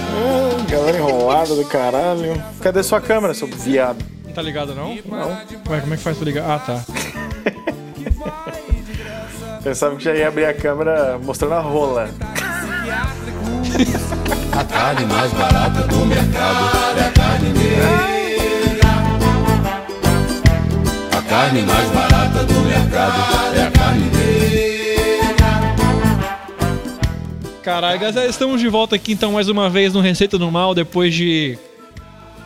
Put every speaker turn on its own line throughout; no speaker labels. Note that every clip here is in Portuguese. Ah, galera enrolada do caralho. Cadê sua câmera, seu viado?
Não tá ligado, não? Não. Ué, como é que faz pra ligar? Ah, tá.
Pensava que já ia abrir a câmera mostrando a rola.
Caralho, galera, estamos de volta aqui então mais uma vez no Receita do Mal, depois de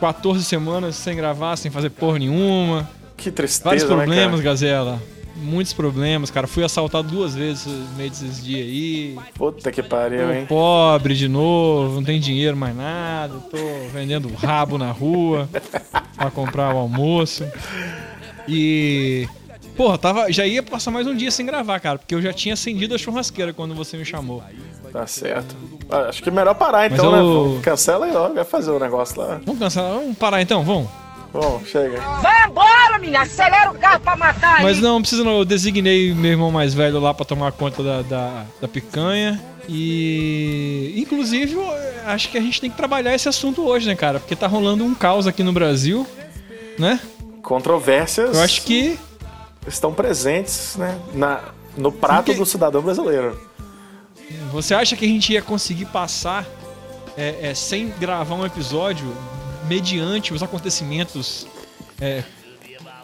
14 semanas sem gravar, sem fazer porra nenhuma.
Que tristeza,
Vários problemas,
né,
Gazela. Muitos problemas, cara. Fui assaltado duas vezes no meio desses dias aí.
cara? Puta que pariu, hein?
Pobre de novo, não tem dinheiro mais nada. Tô vendendo rabo na rua pra comprar o almoço. E. Porra, tava, já ia passar mais um dia sem gravar, cara, porque eu já tinha acendido a churrasqueira quando você me chamou.
Tá certo. Ah, Acho que é melhor parar
Mas
então, né?
eu-
Vamos- Cancela aí logo, vai fazer o negócio lá.
Vamos cancelar, vamos parar então, vamos.
Bom, chega.
Vai embora, menina. Acelera o carro pra matar aí.
Mas não, precisa não. Eu designei meu irmão mais velho lá pra tomar conta da, da, da picanha. E. Inclusive, eu acho que a gente tem que trabalhar esse assunto hoje, né, cara? Porque tá rolando um caos aqui no Brasil, né?
Controvérsias
Eu acho que.
estão presentes, né? Na... No prato
Porque-
do cidadão brasileiro.
Você acha que a gente ia conseguir passar é, é, sem gravar um episódio mediante os acontecimentos é,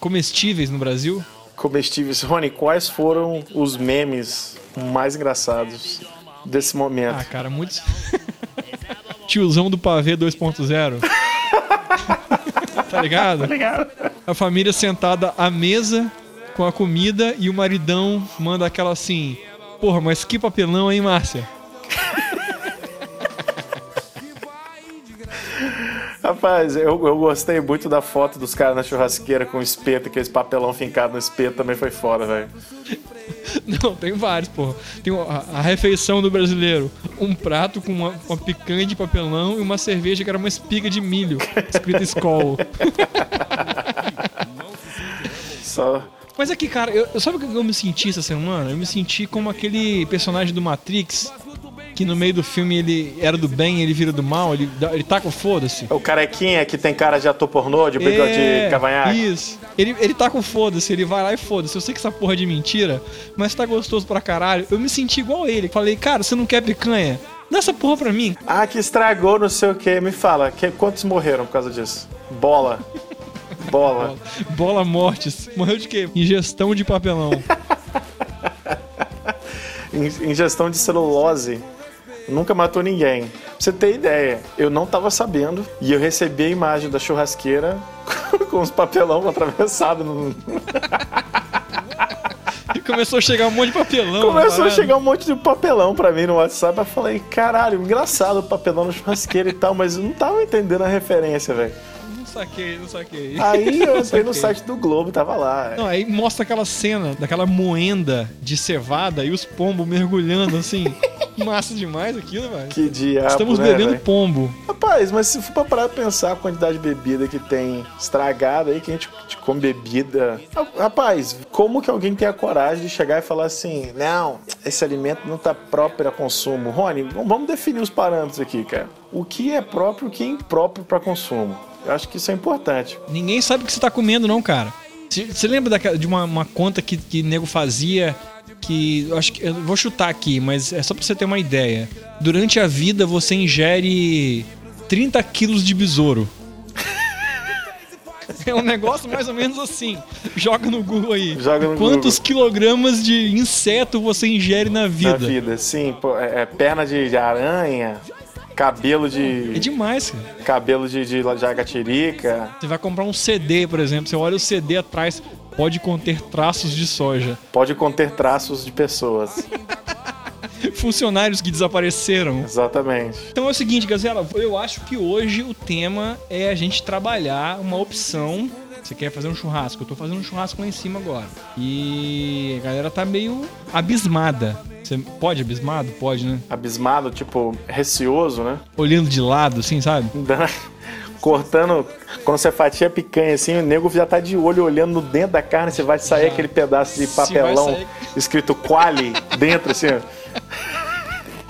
comestíveis no Brasil?
Comestíveis, Rony, quais foram os memes mais engraçados desse
Ah,
momento?
cara, muitos. Tiozão do pavê 2.0. tá ligado? Tá ligado. A família sentada à mesa com a comida e o maridão manda aquela assim: Porra, mas que papelão, hein, Márcia?
Rapaz, eu, eu gostei muito da foto dos caras na churrasqueira com espeto, aquele papelão fincado no espeto também foi fora, velho.
Não, tem vários, porra. Tem a, a refeição do brasileiro: um prato com uma, uma picanha de papelão e uma cerveja que era uma espiga de milho, escrita Skol.
Só.
Mas é que, cara, eu, eu- sabe o que eu me senti essa semana? Eu me senti como aquele personagem do Matrix que no meio do filme ele era do bem, ele vira do mal, ele, dá- ele taca o foda-se.
O carequinha que tem cara de ator pornô, de bigode de cavanhaque.
É, Isso. Ele, ele tá com foda-se, ele vai lá e foda-se. Eu sei que essa porra é de mentira, mas tá gostoso pra caralho. Eu me senti igual ele. Falei, cara, você não quer picanha? Dá essa porra pra mim.
Ah, que estragou, não sei o que. Me fala, que- quantos morreram por causa disso? Bola. Bola.
Bola mortes. Morreu de quê? Ingestão de papelão.
In- Ingestão de celulose nunca matou ninguém. Pra você ter ideia, eu não tava sabendo e eu recebi a imagem da churrasqueira com os papelão atravessado. no-
E começou a chegar um monte de papelão.
Começou a
parada.
chegar um monte de papelão pra mim no WhatsApp. Eu falei, caralho, engraçado o papelão na churrasqueira e tal, mas eu não tava entendendo a referência, velho.
Não saquei, não saquei.
Aí eu entrei no
Saquei.
site do Globo, tava lá.
Não, aí mostra aquela cena daquela moenda de cevada e os pombos mergulhando assim. Massa demais aquilo, velho.
Que diabo,
Estamos
né,
bebendo
velho?
pombo.
Rapaz, mas se for pra parar pra pensar a quantidade de bebida que tem estragada aí, que a gente que come bebida. Rapaz, como que alguém tem a coragem de chegar e falar assim: não, esse alimento não tá próprio a consumo? Rony, v- vamos definir os parâmetros aqui, cara. O que é próprio e o que é impróprio pra consumo? Eu acho que isso é importante.
Ninguém sabe o que você tá comendo, não, cara. Você você lembra daquela- de uma, uma conta que, que nego fazia que. Eu acho que. Eu vou chutar aqui, mas é só pra você ter uma ideia. Durante a vida você ingere 30 quilos de besouro. É um negócio mais ou menos assim. Joga no Google aí.
Joga no
Quantos quilogramas de inseto você ingere na
Na
vida?
vida, sim. pô, é, é perna de, de aranha, cabelo de.
É demais, cara.
cabelo de, de jagatirica.
Você vai comprar um CD, por exemplo. Você olha o CD atrás, pode conter traços de soja.
Pode conter traços de pessoas.
Funcionários que desapareceram.
Exatamente.
Então é o seguinte, Gazela, eu acho que hoje o tema é a gente trabalhar uma opção. Você quer fazer um churrasco? Eu tô fazendo um churrasco lá em cima agora. E a galera tá meio abismada. Você pode abismado? Pode, né?
Abismado, tipo, receoso, né?
Olhando de lado, assim, sabe?
Dando- Cortando, quando você fatia picanha assim, o nego já tá de olho olhando no dentro da carne, você vai sair
Já.
aquele pedaço de
Se
papelão
vai
escrito quali dentro, assim. ó.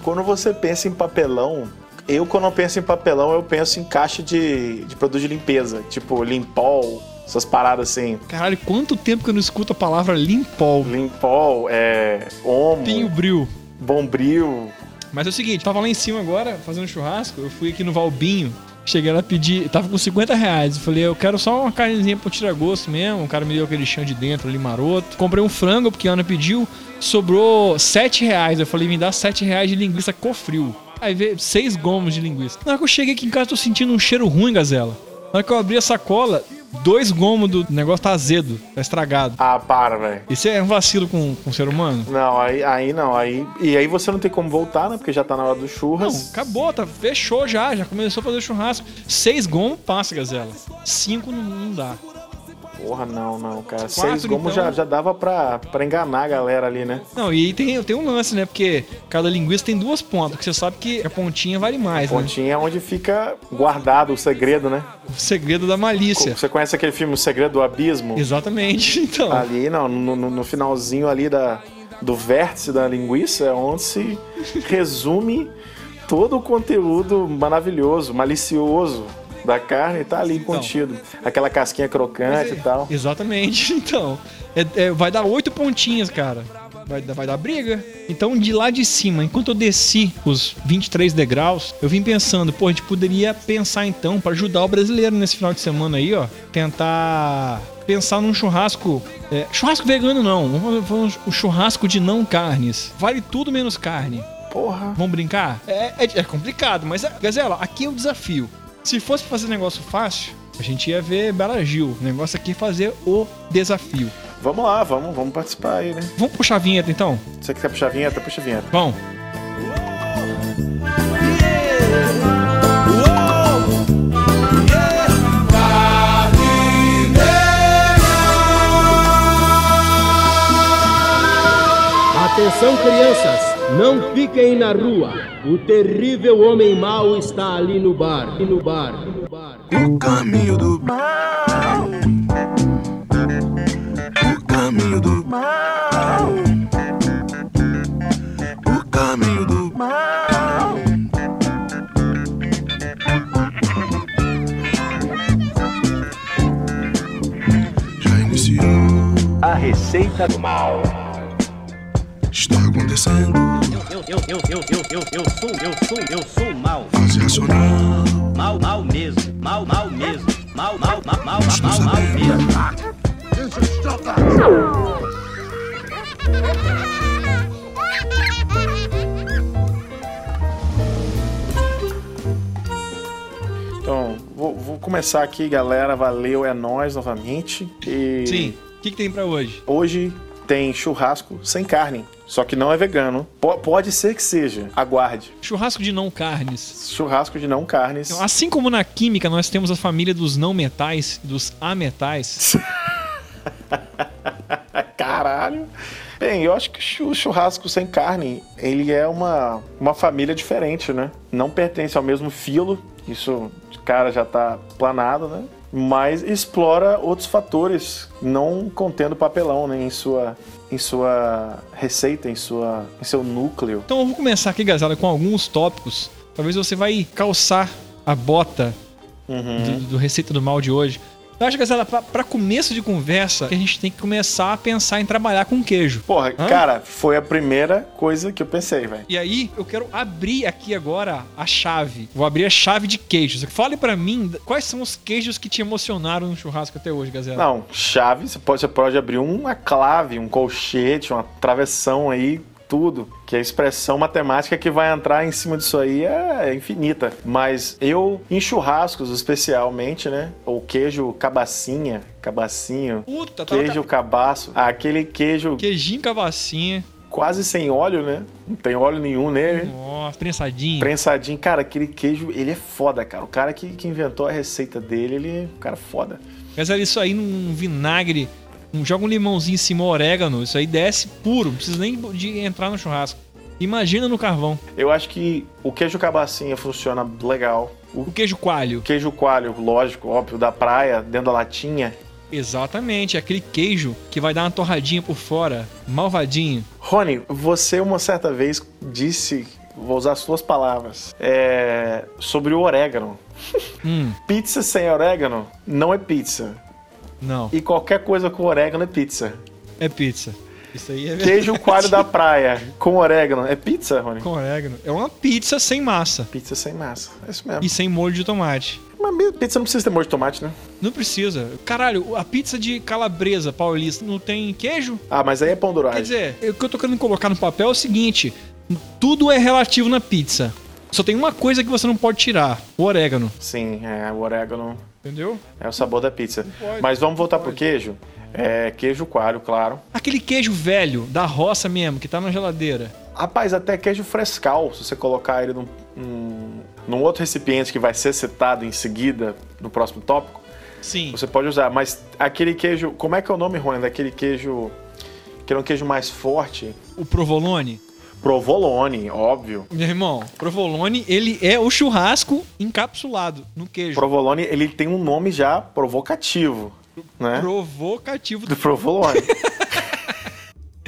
Quando você pensa em papelão, eu quando eu penso em papelão, eu penso em caixa de, de produto de limpeza, tipo limpol, essas paradas assim.
Caralho, quanto tempo que eu não escuto a palavra limpol,
Limpol, é, Omo,
pinho bril.
Bombril.
Mas é o seguinte, tava lá em cima agora, fazendo um churrasco, eu fui aqui no Valbinho, cheguei lá pedir, tava com 50 reais, eu falei, eu quero só uma carnezinha pro tiragosto mesmo, o cara me deu aquele chão de dentro ali maroto, comprei um frango, porque a Ana pediu, sobrou 7 reais, eu falei, me dá 7 reais de linguiça cofril. Aí veio 6 gomos de linguiça. Na hora que eu cheguei aqui em casa, tô sentindo um cheiro ruim, Gazela. Na hora que eu abri a sacola, dois gomos do negócio tá azedo, tá estragado.
Ah, para, velho.
Isso é um vacilo com, com o ser humano?
Não, aí, aí não, aí. E aí você não tem como voltar, né? Porque já tá na hora do
Não,
churras.
acabou, tá, fechou já, já começou a fazer churrasco. Seis gomos passa, Gazela. Cinco não, não dá.
Porra, não, não, cara.
Quatro,
Seis gomos
então.
já, já dava pra, pra enganar a galera ali, né?
Não, e aí tem, tem um lance, né? Porque cada linguiça tem duas pontas, que você sabe que a pontinha vale mais, né?
Pontinha é onde fica guardado o segredo, né?
O segredo da malícia.
Você conhece aquele filme O Segredo do Abismo?
Exatamente, então.
Ali, não, no, no- no finalzinho ali da, do vértice da linguiça é onde se resume todo o conteúdo maravilhoso, malicioso da carne, tá ali
Então.
contido. Aquela casquinha crocante e tal.
é. Exatamente, então. É- é, vai dar oito pontinhas, cara. Vai, dar- vai dar briga. Então, de lá de cima, enquanto eu desci os 23 degraus, eu vim pensando, pô, a gente poderia pensar então, pra ajudar o brasileiro nesse final de semana aí, ó, tentar pensar num churrasco. é, churrasco vegano não, vamos fazer um churrasco de não carnes. Vale tudo menos carne.
Porra.
Vamos brincar? É, é- é complicado, mas, é, Gazela, aqui é o desafio. Se fosse fazer negócio fácil, a gente ia ver Bela Gil. O negócio aqui é fazer o desafio.
Vamos lá, vamos, vamos participar aí, né?
Vamos puxar a vinheta então?
Você que quer puxar a vinheta, puxa a vinheta.
Vamos.
Atenção, crianças! Não fiquem na rua! O terrível homem mau está ali no bar. ali No bar. ali No bar.
O caminho do mal. O caminho do mal. O caminho do mal. Já iniciou. A receita do mal. Está acontecendo.
Eu, eu, eu, eu, eu, eu, eu sou, eu sou, eu sou mal.
Fase racional.
Mal, mal mesmo. Mal, mal mesmo. Mal, mal, mal, mal, mal, mal mesmo.
Então, vou, vou começar aqui, galera. Valeu, é nóis novamente. E
Sim. O que, que tem pra hoje?
hoje tem churrasco sem carne. Só que não é vegano. Po- pode ser que seja. Aguarde.
Churrasco de não carnes.
Churrasco de não carnes.
Então, assim como na química nós temos a família dos não metais e dos ametais,
Ah, Caralho. Bem, eu acho que chu- o churrasco sem carne, ele é uma, uma família diferente, né? Não pertence ao mesmo filo, isso de cara já tá planado, né? Mas explora outros fatores, não contendo papelão né? em, sua, em sua receita, em, sua, em seu núcleo.
Então eu vou começar aqui, Gazela, com alguns tópicos.
Uhum.
Talvez você vai calçar a bota do, do Receita do Mal de hoje. Eu acho que essa pra, pra começo de conversa, que a gente tem que começar a pensar em trabalhar com queijo.
Porra,
Hã?
cara, foi a primeira coisa que eu pensei, velho.
E aí, eu quero abrir aqui agora a chave. Vou abrir a chave de queijos. Fale pra mim quais são os queijos que te emocionaram no churrasco até hoje, Gazela.
Não, chave, você pode, você pode abrir uma clave, um colchete, uma travessão aí, tudo. Que a expressão matemática que vai entrar em cima disso aí é infinita. Mas eu, em churrascos especialmente, né? O queijo cabacinha, cabacinho,
Puta, tava
queijo cabaço, aquele queijo
queijinho com a vacinha.
quase sem óleo, né? Não tem óleo nenhum nele.
Nossa, prensadinho.
Prensadinho, cara, aquele queijo, ele é foda, cara. O cara que, que inventou a receita dele, ele, o cara é foda.
Gazela, isso aí num vinagre. um- joga um limãozinho em cima, orégano. Isso aí desce puro. Não precisa nem de entrar no churrasco. Imagina no carvão.
Eu acho que o queijo cabacinha funciona legal. O
O queijo coalho.
queijo coalho, lógico, óbvio, da praia, dentro da latinha.
Exatamente, é aquele queijo que vai dar uma torradinha por fora, malvadinho.
Rony, você uma certa vez disse, vou usar suas palavras, é, sobre o orégano.
Hum,
Pizza sem orégano não é pizza.
não,
E qualquer coisa com orégano é pizza.
é pizza. Isso aí é
Queijo coalho da praia com orégano é pizza, Rony?
com orégano. É uma pizza sem massa
Pizza sem massa. É isso mesmo.
e sem molho de tomate.
Mas mesmo pizza não precisa ter molho de tomate, né?
Não precisa. Caralho, a pizza de calabresa paulista não tem queijo?
Ah, mas aí é pão
Quer
duragem.
dizer, o que eu tô querendo colocar no papel é o seguinte: tudo é relativo na pizza. Só tem uma coisa que você não pode tirar: o orégano.
Sim, é, o orégano
Entendeu?
é o sabor da pizza.
pode,
Mas vamos voltar pro queijo. É, queijo coalho, claro.
Aquele queijo velho, da roça mesmo, que tá na geladeira.
Rapaz, até queijo frescal, se você colocar ele num, num- num outro recipiente que vai ser citado em seguida, no próximo tópico,
Sim.
você pode usar. Mas aquele queijo. Como é que é o nome, Rony? Daquele queijo. Que era um queijo mais forte.
O provolone.
Provolone, óbvio.
Meu irmão, provolone, ele é o churrasco encapsulado no queijo.
Provolone, ele tem um nome já provocativo, né?
Provocativo.
Do provolone.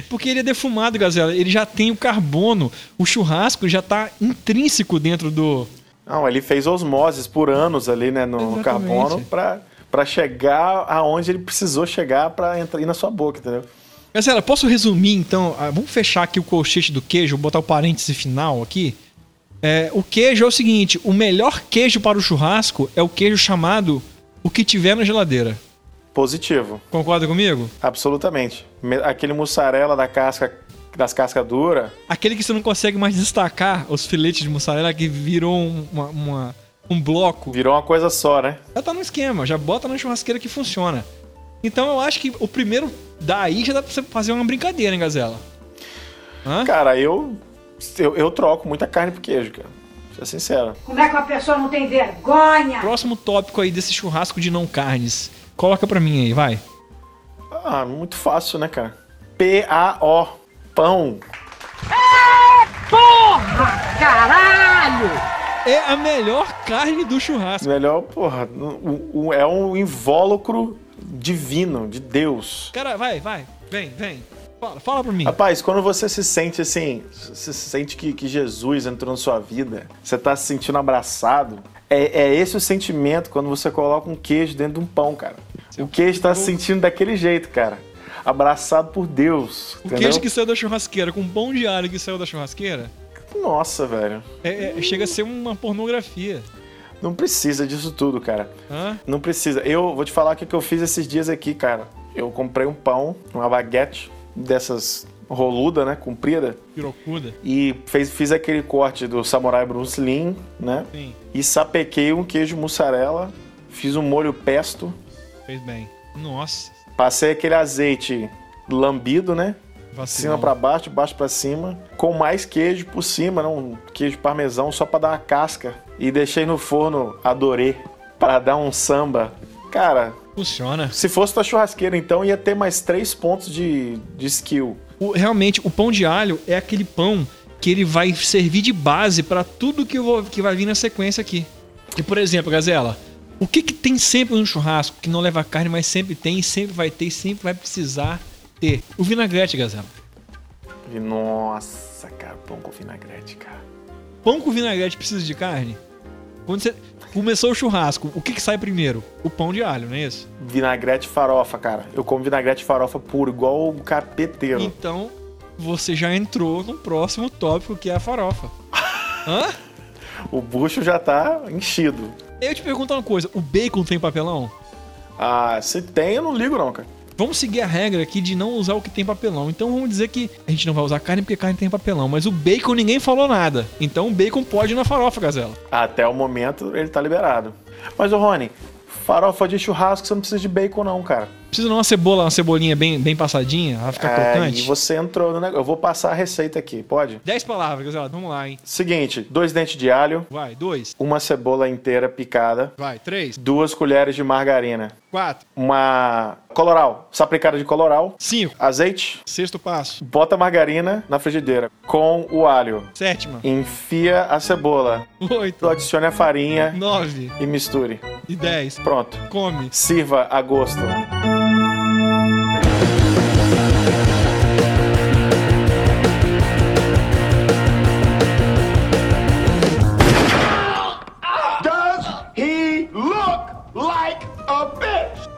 Porque ele é defumado, gazela. Ele já tem o carbono. O churrasco já tá intrínseco dentro do.
Não, ele fez osmoses por anos ali, né, no
Exatamente.
carbono pra, pra chegar aonde ele precisou chegar pra entrar ir na sua boca, entendeu?
Gazela, posso resumir então? Ah, Vamos fechar aqui o colchete do queijo, botar o parêntese final aqui. É, o queijo é o seguinte: o melhor queijo para o churrasco é o queijo chamado o que tiver na geladeira.
Positivo,
Concorda comigo?
absolutamente. Me- Aquele mussarela da casca das cascas dura,
Aquele que você não consegue mais destacar, os filetes de mussarela que virou um- uma- uma- um bloco.
virou uma coisa só, né?
Já tá no esquema, já bota na churrasqueira que funciona. Então eu acho que o primeiro daí já dá pra você fazer uma brincadeira, hein, Gazela? Hã?
Cara, eu eu, eu troco muita carne por queijo, cara. Ser sincero.
Como é que uma pessoa não tem vergonha?
Próximo tópico aí desse churrasco de não carnes. Coloca pra mim aí, vai.
Ah, muito fácil, né, cara? P A O pão.
Porra! Caralho!
É a melhor carne do churrasco.
Melhor, porra, o- o- é um invólucro divino de Deus.
Cara, vai, vai. Vem, vem. Fala, fala pra mim.
Rapaz, quando você se sente assim, se sente que, que Jesus entrou na sua vida, você tá se sentindo abraçado, é, é esse o sentimento quando você coloca um queijo dentro de um pão, cara. O queijo tá se sentindo daquele jeito, cara. Abraçado por Deus.
O
entendeu?
Um queijo que saiu da churrasqueira com um pão de alho que saiu da churrasqueira
Nossa, velho.
é- é- chega a ser uma pornografia.
Não precisa disso tudo, cara.
Hã?
Não precisa. Eu vou te falar o que que eu fiz esses dias aqui, cara. Eu comprei um pão, uma baguete dessas roluda, né? Comprida.
Pirocuda.
E fez, fiz aquele corte do Samurai Bruce Lean, né?
Sim,
e sapequei um queijo mussarela, fiz um molho pesto,
fez bem. Nossa.
passei aquele azeite lambido, né? De cima
Vacilão.
pra baixo, de baixo pra cima, com mais queijo por cima, né? um queijo parmesão só pra dar uma casca e deixei no forno, adorei, pra dar um samba. Cara,
Funciona.
se fosse da churrasqueira então ia ter mais três pontos de, de skill.
O- realmente, o pão de alho é aquele pão que ele vai servir de base pra tudo que, eu vou- que vai vir na sequência aqui. E, por exemplo, Gazela, o que, que tem sempre no churrasco que não leva carne, mas sempre tem, e sempre vai ter, e sempre vai precisar ter? O vinagrete, Gazela.
E nossa, cara, pão com vinagrete, cara.
Pão com vinagrete precisa de carne? Quando você começou o churrasco, o que, que sai primeiro? O pão de alho, não é isso?
Vinagrete e farofa, cara. Eu como vinagrete e farofa puro, igual o capeteiro.
Então, você já entrou no próximo tópico, que é a farofa. Hã?
O bucho já tá enchido.
Eu te pergunto uma coisa, o bacon tem papelão?
Ah, se tem, eu não ligo não, cara.
Vamos seguir a regra aqui de não usar o que tem papelão. Então vamos dizer que a gente não vai usar carne porque carne tem papelão, mas o bacon ninguém falou nada. Então o bacon pode ir na farofa, gazela.
Até o momento ele tá liberado. Mas, ô Rony, farofa de churrasco você não precisa de bacon não, cara.
Precisa de uma cebola, uma cebolinha bem, bem passadinha, ela fica
Aí
Tá crocante.
você entrou no negócio. Eu vou passar a receita aqui, pode?
Dez palavras, gazela. Vamos lá, hein?
Seguinte, dois dentes de alho,
Vai, dois.
uma cebola inteira picada,
Vai, três,
duas colheres de margarina,
quatro,
uma coloral, sapricada de coloral,
cinco.
azeite,
Sexto passo.
bota a margarina na frigideira com o alho,
Sétima.
enfia a cebola,
Oito.
adicione a farinha
Nove.
e misture.
E dez.
Pronto.
Come.
Sirva a gosto.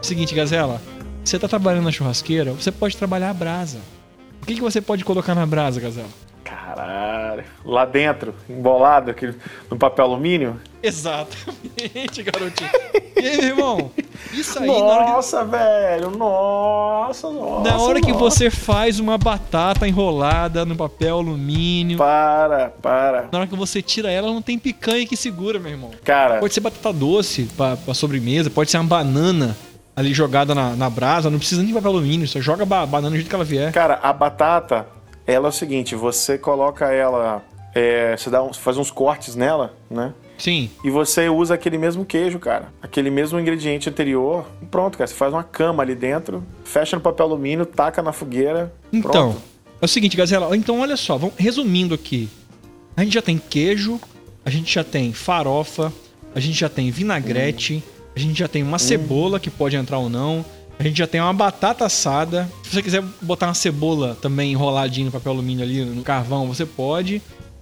Seguinte, Gazela, você tá trabalhando na churrasqueira, você pode trabalhar a brasa. O que, que você pode colocar na brasa, Gazela?
Caralho. Lá dentro, embolado, aquele, no papel alumínio.
Exatamente, garotinho. E aí, meu irmão? Isso aí, na hora, que,
nossa, velho. Nossa, nossa.
na hora que
nossa.
você faz uma batata enrolada no papel alumínio,
Para, para.
na hora que você tira ela, não tem picanha que segura, meu irmão.
Cara,
Pode ser batata doce pra, pra sobremesa, pode ser uma banana ali jogada na, na brasa, não precisa nem de papel alumínio, só joga ba- banana do jeito que ela vier.
cara, a batata, ela é o seguinte, você coloca ela. é, você dá uns- faz uns cortes nela, né?
Sim.
E você usa aquele mesmo queijo, cara. Aquele mesmo ingrediente anterior. Pronto, cara. Você faz uma cama ali dentro, fecha no papel alumínio, taca na fogueira.
Então,
pronto.
é o seguinte, Gazela. Então, olha só, vamos, resumindo aqui. A gente já tem queijo, a gente já tem farofa, a gente já tem vinagrete, a gente já tem uma cebola que pode entrar ou não, a gente já tem uma batata assada. Se você quiser botar uma cebola também enroladinha no papel alumínio ali, no carvão, você pode.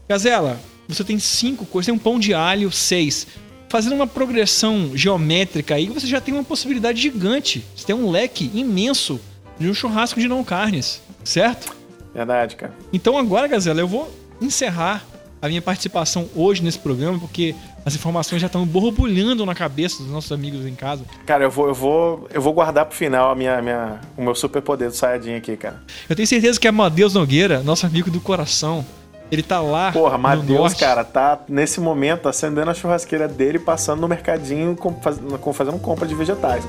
Gazela, você tem cinco coisas, tem um pão de alho, seis. Fazendo uma progressão geométrica aí, você já tem uma possibilidade gigante. Você tem um leque imenso de um churrasco de não carnes, certo?
Verdade, cara.
Então agora, Gazela, eu vou encerrar a minha participação hoje nesse programa, porque as informações já estão borbulhando na cabeça dos nossos amigos em casa.
Cara, eu vou, eu vou, eu vou guardar pro final a minha, minha, o meu superpoder do Saiyajin aqui, cara.
Eu tenho certeza que Amadeus Nogueira, nosso amigo do coração, ele tá lá.
Porra,
no
Matheus,
norte.
cara, tá nesse momento acendendo a churrasqueira dele, passando no mercadinho, com, faz- com- fazendo compra de vegetais.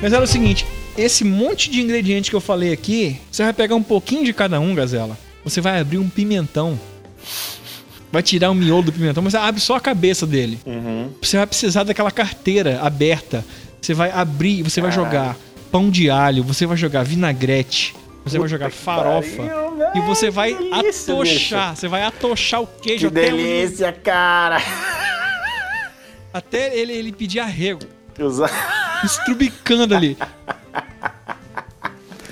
Mas era o seguinte: esse monte de ingrediente que eu falei aqui, você vai pegar um pouquinho de cada um, Gazela. Você vai abrir um pimentão. Vai tirar o miolo do pimentão, mas abre só a cabeça dele.
Uhum.
Você vai precisar daquela carteira aberta. Você vai abrir, você vai jogar pão de alho, você vai jogar vinagrete, você vai jogar farofa.
né?
e você vai
delícia,
atochar, você vai atochar o queijo
Que
até, o-
delícia, cara!
até ele, ele pedir arrego.
Usa-
estrubicando ali.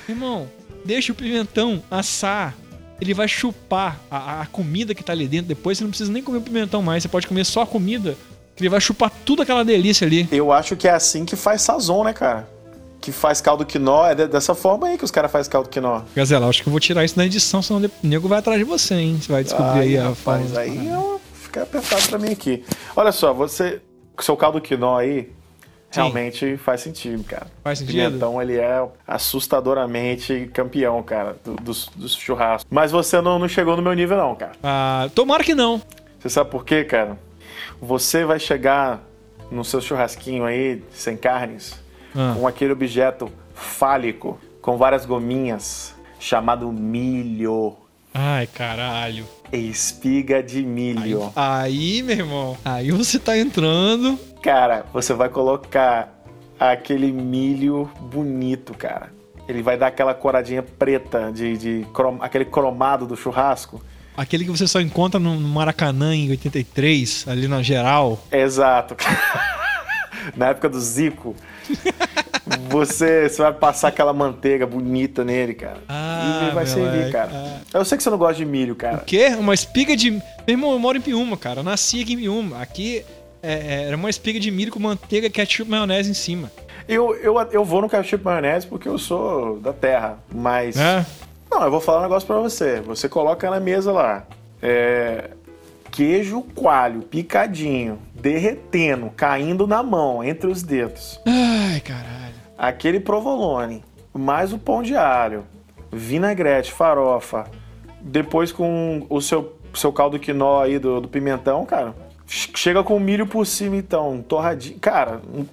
Irmão, deixa o pimentão assar. Ele vai chupar a, a- a comida que tá ali dentro. Depois você não precisa nem comer o pimentão mais. Você pode comer só a comida. Que ele vai chupar tudo aquela delícia ali.
Eu acho que é assim que faz sazon, né, cara? Que faz caldo quinó, é de- dessa forma aí que os caras fazem caldo quinó.
Gazela, acho que eu vou tirar isso da edição, senão de- o nego vai atrás de você, hein? Você vai descobrir aí a forma.
rapaz, aí eu fica apertado pra mim aqui. Olha só, você. com Seu caldo quinó aí realmente faz sentido, cara.
Faz sentido?
Pimentão, ele é assustadoramente campeão, cara, do- dos do, churrascos. Mas você não, não chegou no meu nível, não, cara.
Ah, tomara que não.
Você sabe por quê, cara? Você vai chegar no seu churrasquinho aí, sem carnes,
Ah.
com aquele objeto fálico, com várias gominhas, chamado milho.
Ai, caralho.
Espiga de milho.
Aí, meu irmão. Aí você tá entrando.
Cara, você vai colocar aquele milho bonito, cara. Ele vai dar aquela coradinha preta, de, de crom- aquele cromado do churrasco.
Aquele que você só encontra no no Maracanã em 83, ali na geral.
Exato. Na época do Zico, você, você vai passar aquela manteiga bonita nele, cara.
Ah,
e ele vai servir,
moleque,
cara.
ah.
Eu sei que você não gosta de milho, cara.
Quê? Uma espiga de. Meu irmão, eu moro em Piúma, cara. Eu nasci aqui em Piúma. Aqui é, é, era uma espiga de milho com manteiga, ketchup e maionese em cima.
Eu, eu, eu vou no ketchup maionese porque eu sou da terra, mas...
Né?
Não, eu vou falar um negócio pra você. Você coloca na mesa lá. É, queijo coalho, picadinho, derretendo, caindo na mão, entre os dedos.
Ai, caralho.
Aquele provolone, mais o pão de alho, vinagrete, farofa. Depois com o seu, seu caldo quinó aí do, do pimentão, cara. Chega com milho por cima, então, torradinho. Cara, um-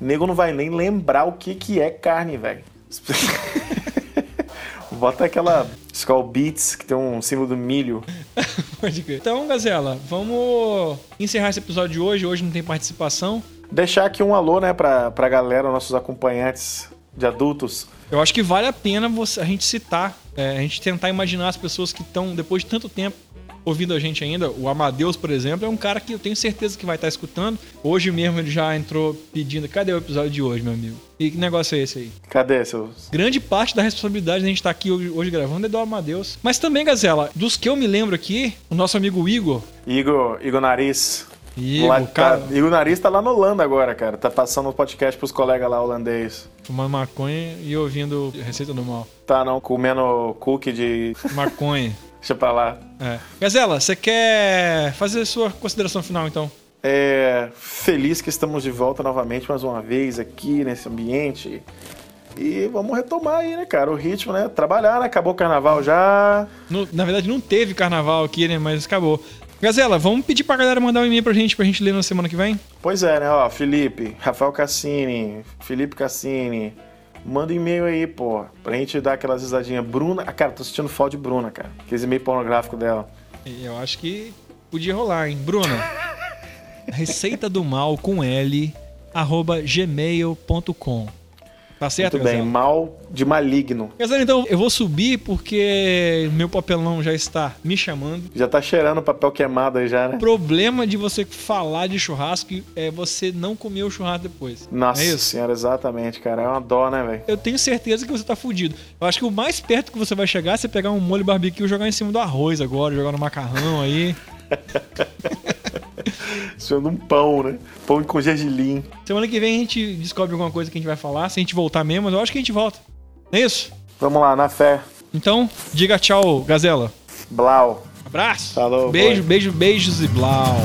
nego não vai nem lembrar o que, que é carne, velho. Bota aquela Skull Beats, que tem um símbolo do milho.
Pode crer. Então, Gazela, vamos encerrar esse episódio de hoje. Hoje não tem participação.
Deixar aqui um alô, né, pra, pra galera, nossos acompanhantes de adultos.
Eu acho que vale a pena você- a gente citar, é, a gente tentar imaginar as pessoas que estão, depois de tanto tempo, ouvindo a gente ainda. O Amadeus, por exemplo, é um cara que eu tenho certeza que vai estar escutando. Hoje mesmo ele já entrou pedindo: cadê o episódio de hoje, meu amigo? E que negócio é esse aí?
Cadê seus.
Grande parte da responsabilidade de a gente estar aqui hoje, hoje gravando é do Amadeus. Mas também, Gazela, dos que eu me lembro aqui, o nosso amigo Igor.
Igor, Igor Nariz.
Igor,
Lá- tá-
cara,
Igor Nariz tá lá na Holanda agora, cara. Tá passando o podcast pros colegas lá holandês.
fumando maconha e ouvindo Receita do Mal.
Tá não comendo cookie de.
Maconha.
Deixa pra lá.
é. Gazela, você quer fazer a sua consideração final, então?
É. Feliz que estamos de volta novamente, mais uma vez, aqui nesse ambiente. E vamos retomar aí, né, cara? O ritmo, né? Trabalhar, né? Acabou o carnaval já.
No- na verdade, não teve carnaval aqui, né? Mas acabou. Gazela, vamos pedir pra galera mandar um e-mail pra gente, pra gente ler na semana que vem?
Pois é, né? Ó, Felipe, Rafael Cassini, Felipe Cassini. Manda um e-mail aí, pô. Pra gente dar aquelas risadinhas. Bruna. Ah, cara, tô sentindo falta de Bruna, cara. Aquele e-mail pornográfico dela.
Eu acho que podia rolar, hein? Bruna, receita do mal com L, arroba gmail.com. Tá certo,
Muito bem,
Gazela?
mal de maligno.
Gazela, então, eu vou subir porque meu papelão já está me chamando.
Já tá cheirando papel queimado aí já, né?
O problema de você falar de churrasco é você não comer o churrasco depois.
Nossa
é isso?
senhora, exatamente, cara. É uma dó, né, velho?
eu tenho certeza que você tá fudido. Eu acho que o mais perto que você vai chegar é você pegar um molho barbecue e jogar em cima do arroz agora, jogar no macarrão aí.
Sendo um pão, né? Pão com gergelim.
Semana que vem a gente descobre alguma coisa que a gente vai falar, se a gente voltar mesmo, mas eu acho que a gente volta. Não é isso?
Vamos lá, na fé.
Então, diga tchau, Gazela.
Blau.
Abraço.
Falou,
Beijo,
boy.
beijo, beijos e blau.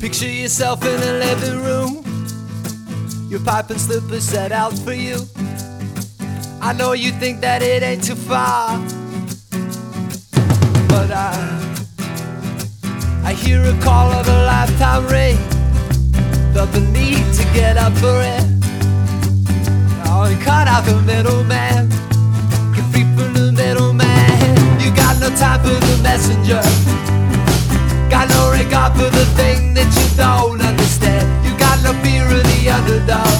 Picture yourself in a living room. Your pipe and slippers set out for you. I know you think that it ain't too far. But I I hear a call of a lifetime ring. Felt the need to get up for it. Oh, you cut out the middleman. Get free from the middleman. You got no time for the messenger. Got no regard for the thing that you don't understand. You got no fear of the underdog.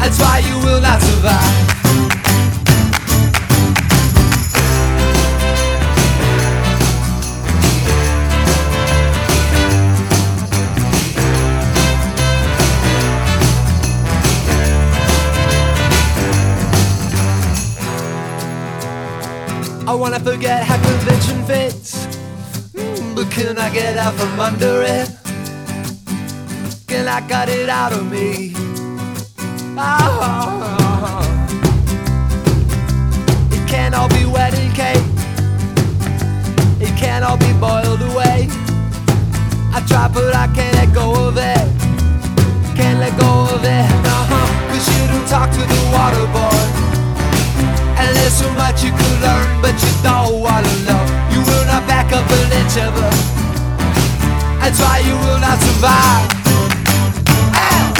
That's why you will not survive. I wanna forget how convention fits. Mm, But can I get out from under it? Can I cut it out of me? Ah. It can't all be wedding cake. It can't all be boiled away. I try, but I can't let go of it. Can't let go of it. Uh-huh. We should have talked to the water boy. And there's so much you could learn, but you don't wanna know. You will not back up an inch ever. That's why you will not survive. Ah!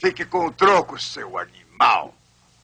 Fique com o troco, seu animal.